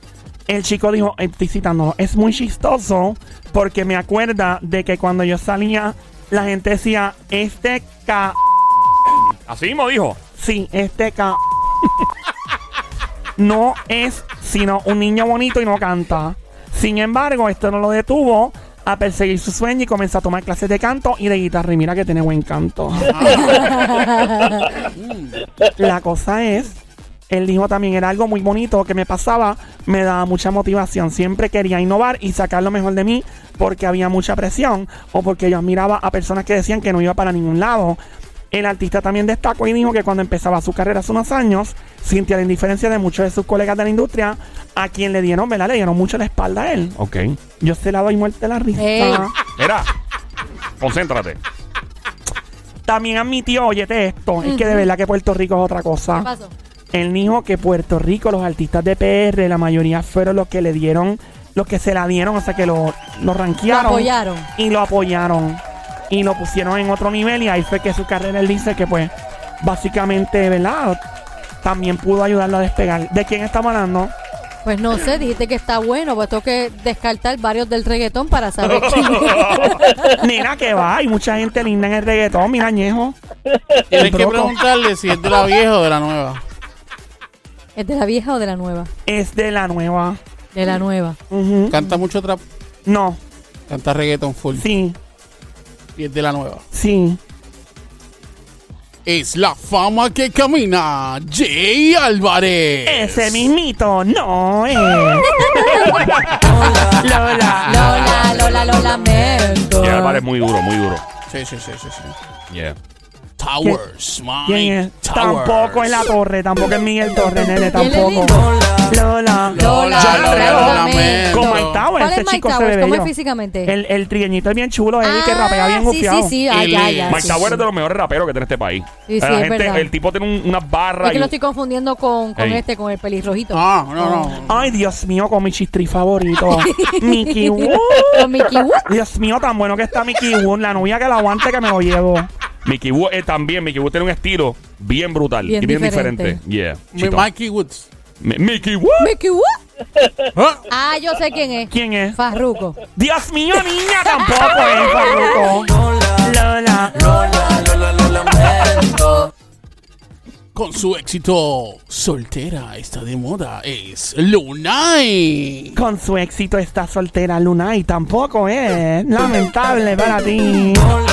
El chico dijo, "Eh, estoy citándolo, es muy chistoso porque me acuerda de que cuando yo salía, la gente decía, este ca... Así mismo dijo. Sí, este ca... no es sino un niño bonito y no canta. Sin embargo, esto no lo detuvo a perseguir su sueño y comenzó a tomar clases de canto y de guitarra. Y mira que tiene buen canto. La cosa es, él dijo también, era algo muy bonito que me pasaba, me daba mucha motivación. Siempre quería innovar y sacar lo mejor de mí porque había mucha presión o porque yo admiraba a personas que decían que no iba para ningún lado. El artista también destacó y dijo que cuando empezaba su carrera hace unos años, sintió la indiferencia de muchos de sus colegas de la industria, a quien le dieron, ¿verdad? Le dieron mucho la espalda a él. Ok. Yo se la doy muerte a la risa. Ey. Era. Concéntrate. También admitió, oye, esto, es que de Ujú. verdad que Puerto Rico es otra cosa. ¿Qué pasó? Él dijo que Puerto Rico, los artistas de PR, la mayoría fueron los que le dieron, los que se la dieron, o sea que lo, lo ranquearon. Lo apoyaron. Y lo apoyaron. Y lo pusieron en otro nivel. Y ahí fue que su carrera, él dice que pues, básicamente, ¿verdad? También pudo ayudarlo a despegar. ¿De quién estamos hablando? Pues no sé, dijiste que está bueno, pues tengo que descartar varios del reggaetón para saber quién Mira que va, hay mucha gente linda en el reggaetón, mira añejo. Tienes que Broco. preguntarle si es de la vieja o de la nueva. es. de la vieja o de la nueva? Es de la nueva. De la nueva. Ujú. Canta mucho trap, No, canta reggaeton full. sí, Y es de la nueva. sí. Es la fama que camina, Jay Álvarez. Ese mismito, no es. Lola. Ah. Lola, Lola, lo lamento. Y Álvarez muy duro, muy duro. Sí, sí, sí, sí. sí. Yeah. Towers, Mike ¿Quién es? Towers. Tampoco es la torre, tampoco es Miguel Torre, nene, ¿Quién le tampoco. Lola. Lola, Lola, Lola, lo Lola. lamento. Con Mike Towers, ¿Cuál es Pues ese Mike chico se Towers? ve ¿Cómo es bello. físicamente? El, el trigueñito es bien chulo, es el que Ah, rapea bien sí, gufiado. sí, sí, ah, El- ya, ya, Mike sí. Tower es de los mejores raperos que tiene este país. Sí, sí, La es gente- verdad. el tipo tiene un- unas barras. Es que y- lo estoy confundiendo con, con Ey. este, con el pelirrojito. Ah, no, no. Ay, Dios mío, con mi chistri favorito. Mickey Wood. Con Mickey Wood. Dios mío, tan bueno que está Mickey Wood. La novia que la aguante que me lo llevo. Mickey Wu eh, también. Mickey Wu tiene un estilo bien brutal Bien y bien diferente. diferente. Yeah. Mi Chito. Mikey Woods. Mi- Mickey Wu. Mickey Wood. Ah. Ah, yo sé quién es. ¿Quién es? Farruco. Dios mío, niña, tampoco es Farruko. Lola. Con su éxito soltera está de moda es Lunay. Con su éxito está soltera Luna y tampoco es lamentable para ti. Lola.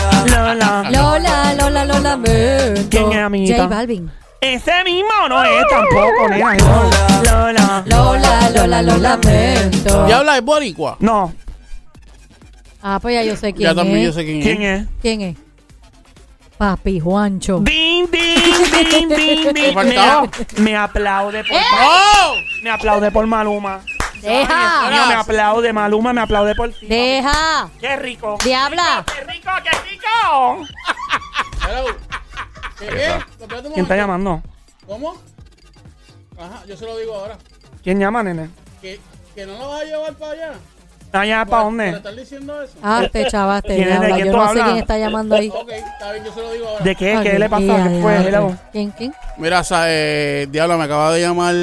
Lola, Lola, lo lamento. Ah. ¿Quién es, amiguita? J Balvin. Ese mismo no es tampoco, nena. Lola. Lola, Lola, lo lamento. ¿Ya habla de Boricua? No, Ah, pues ya yo sé quién Ya también es. yo sé quién, ¿quién es. es? ¿Quién es? Papi Juancho. Ding, ding, ding, ding, ding. Me, faltaba. me aplaude por ¡Oh! me aplaude por Maluma. Deja, ¡Eh! Mío, me aplaude Maluma, me aplaude por ti. deja. Qué rico. Diabla. Qué rico, qué rico. Hello. ¿Qué, qué? está. Espérate un ¿Quién está momento. llamando? ¿Cómo? Ajá, yo se lo digo ahora. ¿Quién llama, nene? ¿Que, que no la vas a llevar para allá? Allá, ¿para dónde? estás diciendo eso? Ah, te chavaste, ¿Quién es? diabla. ¿De quién Yo tú no sé hablas? quién está llamando ahí. Ok, está bien, yo se lo digo ahora. ¿De qué? Ah, ¿Qué le pasó? ya, ¿Qué fue? diablo. Hello. ¿Quién, quién? Mira, Sa- eh, Diablo, me acaba de llamar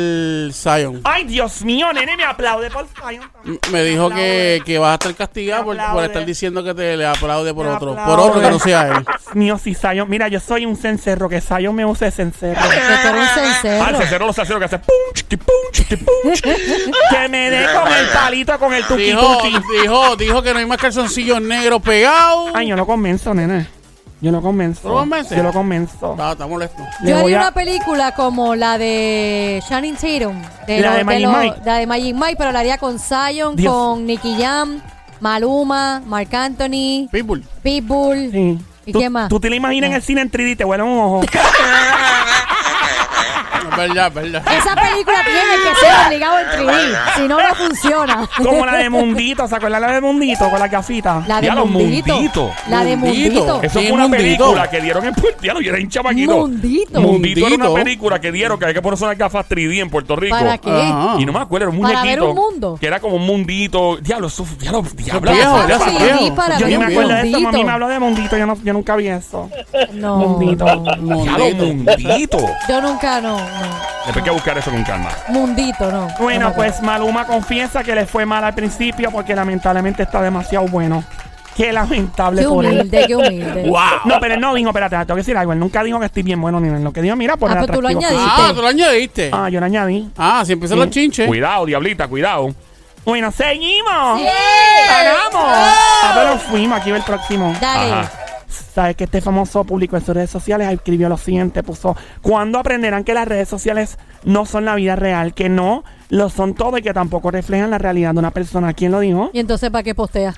Zion. Ay, Dios mío, nene, me aplaude por Zion. M- Me dijo que, que vas a estar castigado Me por, por aplaude. estar diciendo que te le aplaude por Me otro. Por aplaude. otro que no sea él. Dios mío, si Zion. Mira, yo soy un cencerro, que Zion me use de cencerro. Que tú eres un sincero. Ah, se cerró los aceros que hace pum, chiqui, pum, chiqui, pum. que me dé con el palito, con el tuki Dijo, tuki. dijo, dijo que no hay más calzoncillos negros pegados. Ay, yo lo convenzo, nene. Yo lo convenzo. ¿Lo convences? Yo lo convenzo. Ah, Está, está molesto. Le Yo voy haría a- una película como la de Shannon Tatum. La de Magic lo- Mike. La de Magic Mike, pero la haría con Zion, Dios. con Nicky Jam, Maluma, Marc Anthony, Pitbull. Pitbull. Sí. ¿Y Tú- quién más? Tú te la imaginas en el cine en 3D, te huele un ojo. Es verdad, es verdad. Esa película tiene que ser obligado en 3D, si no, no funciona. Como la de Mundito, ¿se acuerdan la de Mundito con las gafitas? La de Ya lo Mundito. Mundito. La de Mundito. Mundito. Eso Sí, fue una Mundito. película que dieron en Puerto Rico. Yo era un chamaquito. Mundito. Mundito era una Mundito. película que dieron que había que ponerse unas gafas 3D en Puerto Rico. ¿Para qué? Ajá. Y no me acuerdo, era un Para muñequito. ver un mundo. Que era como un mundito. Diablo, eso, diablo, diablo. viejo, eso era eso para- viejo. sí, Ah, para Yo ver no me Dios acuerdo de eso, Mundito. mami me habló de Mundito, yo, no, yo nunca vi eso. No, Mundito. no. Diablo, mundito. Yo nunca, no, no. Después hay que buscar eso con calma. Mundito, no. No Bueno, me pues Maluma confiesa que le fue mal al principio porque lamentablemente está demasiado bueno. Qué lamentable Qué por él. humilde, qué humilde. No, pero él no dijo, espérate, tengo que decir algo. Él nunca dijo que estoy bien bueno ni nada. Lo que dijo, mira, por Ah, el pues tú lo atractivo. añadiste. Ah, tú lo añadiste. Ah, yo lo añadí. Ah, si empiezan los chinches. Cuidado, diablita, cuidado. Bueno, seguimos. ¡Eh! ¡Ganamos! Oh. Ah, pero fuimos, aquí va el próximo. Dale. Ajá. Sabes que este famoso público en sus redes sociales escribió lo siguiente, puso, ¿cuándo aprenderán que las redes sociales no son la vida real? Que no lo son todo y que tampoco reflejan la realidad de una persona. ¿Quién lo dijo? Y entonces, ¿para qué postea?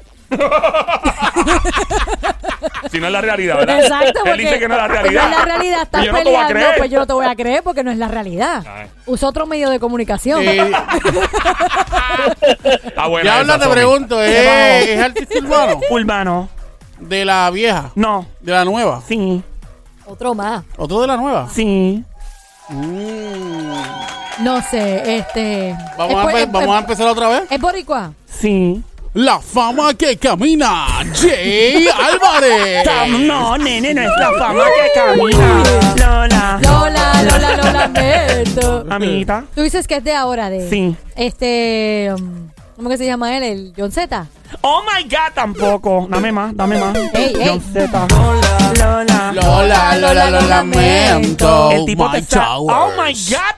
Si no es la realidad, ¿verdad? Exacto, porque Él dice que no es la realidad. No es la realidad, estás Y yo no te voy a peleando, creer. pues yo no te voy a creer porque no es la realidad. Ay. Usa otro medio de comunicación. Eh, Ah, bueno. ya habla, esa, te Sony. pregunto, ¿es, es artista urbano? Urbano. ¿De la vieja? No. ¿De la nueva? Sí. Otro más. ¿Otro de la nueva? Sí. Mm. No sé, este. Vamos, es, a, por- empe- es- vamos a es- empezar otra vez. ¿es boricua. Sí. La fama que camina, Jay Álvarez. Tam- No, nene, no es la fama que camina. Lola. Lola, Lola, lo lamento. Amiguita. Tú dices que es de ahora, de. Sí. Este. um, ¿Cómo que se llama él? El John Z. Oh my God, tampoco. Dame más, dame más. Ey, ey. John Z. Lola. Lola, Lola, lo lamento. El tipo Oh My te está... towers. Oh my God,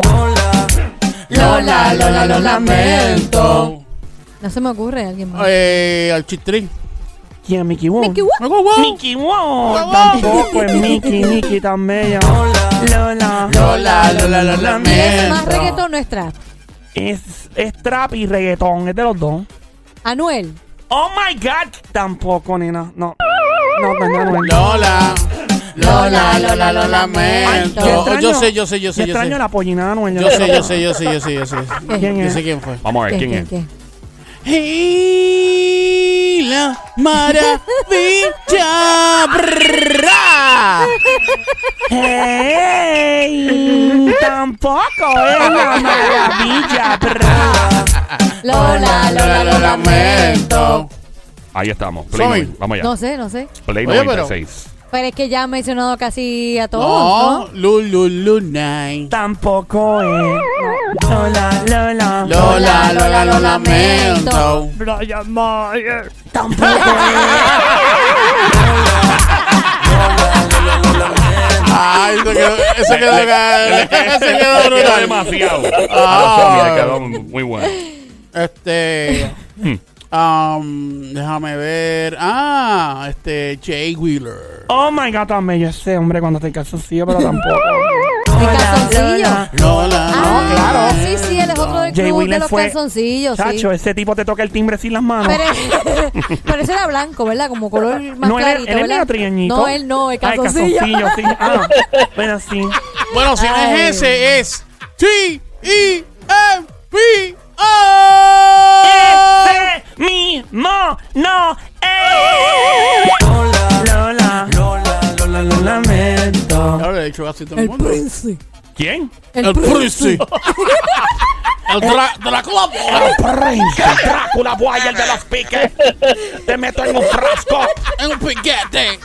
tampoco. Lola, Lola, lo lamento. No se me ocurre alguien más. Eh, al chistrín. ¿Quién, Mickey Wong? Mickey Wong. Mickey Wow, tampoco es Mickey, Mickey tan bella. Lola, Lola, Lola, lo ¿Es más lamento. reggaetón nuestra? Es, es trap y reggaetón, es de los dos. Anuel. Oh my god, tampoco, nena. No, no, no, no, no. Lola, Lola, Lola, lo lamento. Ay, yo Oh, Yo sé, yo sé, yo sé, yo Yo sé. extraño la pollina de Anuel. Yo sé, yo sé, yo sé, yo sé, yo sé. ¿Quién Yo es? sé quién fue. Vamos a ver quién, es. ¡Y la maravilla! Brrra. ¡Hey! tampoco es la maravilla, brr. Lola, Lola, lo lamento. Ahí estamos. Play Soy. noven- Vamos allá. No sé, no sé. Play Oye, pero- 96. Pero es que ya ha mencionado casi a todos, No, Oh, ¿no? Lulu Lunay. Tampoco es. Lola, Lola. Lola, Lola, lo lamento. Brian Mayer. Tampoco es. Ay, eso quedó, eso quedó, Le- le- eso le quedó quedó brutal. demasiado. Ah. A la Sony le quedó muy bueno. Este, Hmm. um, déjame ver. Ah, este, Jay Wheeler. Oh my god, tan bello ese hombre cuando está en calzoncillo, pero tampoco. El calzoncillo. Lola, Ah, Lola. Sí, sí, él es otro del Jay club de Wheeler los fue- calzoncillos, Chacho, sí. ese tipo te toca el timbre sin las manos. Pero, pero ese era blanco, ¿verdad? Como color más no, él, él clarito, es medio ¿verdad? trigueñito. No, él no, el Ah, calzoncillo. sí. Ah, bueno, sí. Bueno, si no Ay. es ese, es E T-E-M-P-O. ¡Ese mismo ¡Eh, no eh! es! Lola, Lola, lo lamento. Ahora le he dicho así todo El el Eh. mundo. príncipe. ¿Quién? El, príncipe. Dra- Drácula. El príncipe Drácula Boy, el de los piques. Te meto en un frasco. En un piquete.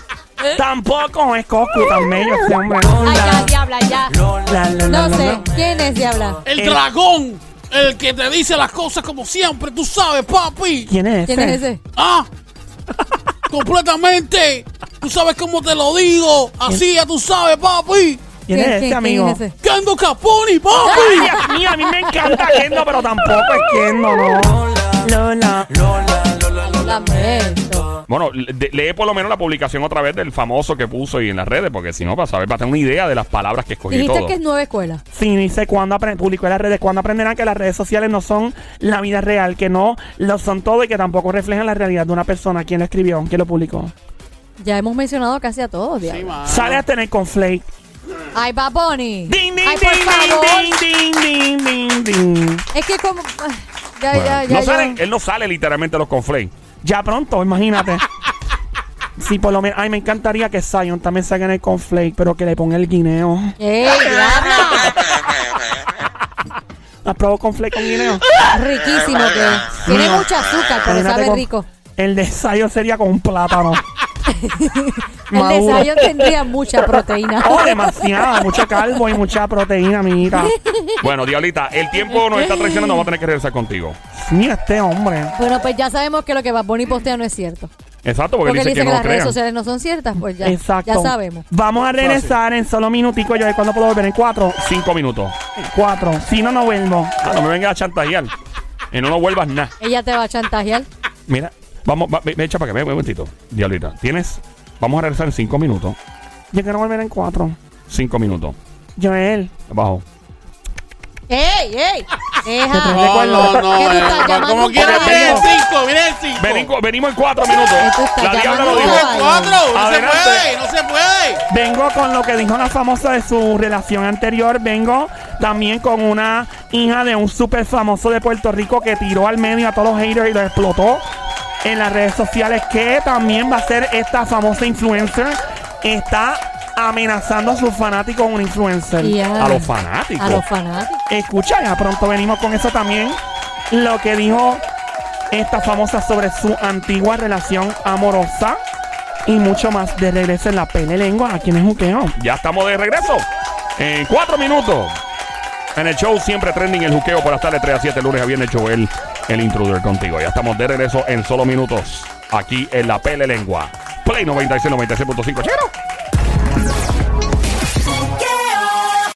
Tampoco es Coco tan bello este hombre. Ay, ya, diabla, ya. La, la, la, No la, sé, la. ¿quién es diabla? El dragón. El que te dice las cosas como siempre. Tú sabes, papi. ¿Quién es ese? ¿Quién es ese? Ah. Completamente. Tú sabes cómo te lo digo. Así ya tú sabes, papi. ¿Quién es ¿Quién- ese, quién- amigo? quién es ese? Kendo Caponi, Ay, papi. Dios mío, a mí me encanta Kendo, pero tampoco es Kendo, no. Lola. Lamento. Bueno, le- lee por lo menos la publicación otra vez del famoso que puso y en las redes, porque si no, para saber, para tener una idea de las palabras que escogí y Dijiste todo. que es nueva escuela. Sí, dice cuando apre- publicó en las redes, cuando aprenderán que las redes sociales no son la vida real, que no lo son todo y que tampoco reflejan la realidad de una persona. ¿Quién lo escribió? ¿Quién lo publicó? Ya hemos mencionado casi a todos, diabla. Sale a tener conflake. Ay, Baboni. Ding, ding, Ay, por favor. ding, ding, ding, ding, ding, ding. Es que como. ay, Ya, ya, ya. no ya. salen- él no sale literalmente a los conflames. Ya pronto, imagínate. Sí, por lo menos. Ay, me encantaría que Zion también saque en el conflake, pero que le ponga el guineo. ¡Ey, diabla! ¿Has probado conflake con guineo? Riquísimo que es. Tiene Mira. mucho azúcar, pero Imagínate sabe con- rico. El de Zion sería con un plátano. El Maduro. desayuno tendría mucha proteína. Oh, demasiada, mucho calvo y mucha proteína, amiguita. Bueno, Diablita, el tiempo nos está traicionando, vamos a tener que regresar contigo. Mira este hombre. Bueno, pues ya sabemos que lo que Bad Bunny postea no es cierto. Exacto, porque, Porque él dice que no lo las redes crean. sociales no son ciertas, pues ya, Exacto. ya sabemos. Vamos a regresar en solo minutico. Yo de cuándo puedo volver en cuatro. Cinco minutos. En cuatro. Si no, no vuelvo. Ah, no me vengas a chantajear. Y no nos vuelvas nada. Ella te va a chantajear. Mira, vamos, va, ve- ve, echa para que me un momentito. Diablita, tienes. Vamos a regresar en cinco minutos. Yo quiero volver en cuatro. Cinco minutos. Joel. Abajo. Oh. ¡Ey, ey! traigo Deja. el No, no, no. ¿Qué tú eh, estás llamando Como un quieras, caballo? viene el 5, viene el 5. Venimos, venimos en cuatro minutos. Esto está La diabla llamando lo dijo. a- Viene el 4, no se Adelante. puede, no se puede. Vengo con lo que dijo la famosa de su relación anterior. Vengo también con una hija de un súper famoso de Puerto Rico que tiró al medio a todos los haters y los explotó en las redes sociales. Que también va a ser esta famosa influencer. Está amenazando a sus fanáticos con un influencer. Ya. A los fanáticos. A los fanáticos. Escucha, ya pronto venimos con eso también. Lo que dijo esta famosa sobre su antigua relación amorosa y mucho más de regreso en la pele lengua. ¿A quién es juqueo? Ya estamos de regreso. En cuatro minutos. En el show siempre trending el juqueo por las tardes 3 a 7, lunes a viernes, Joel, el intruder contigo. Ya estamos de regreso en solo minutos. Aquí en la Pele Lengua. Play 96, 96.5. Chero.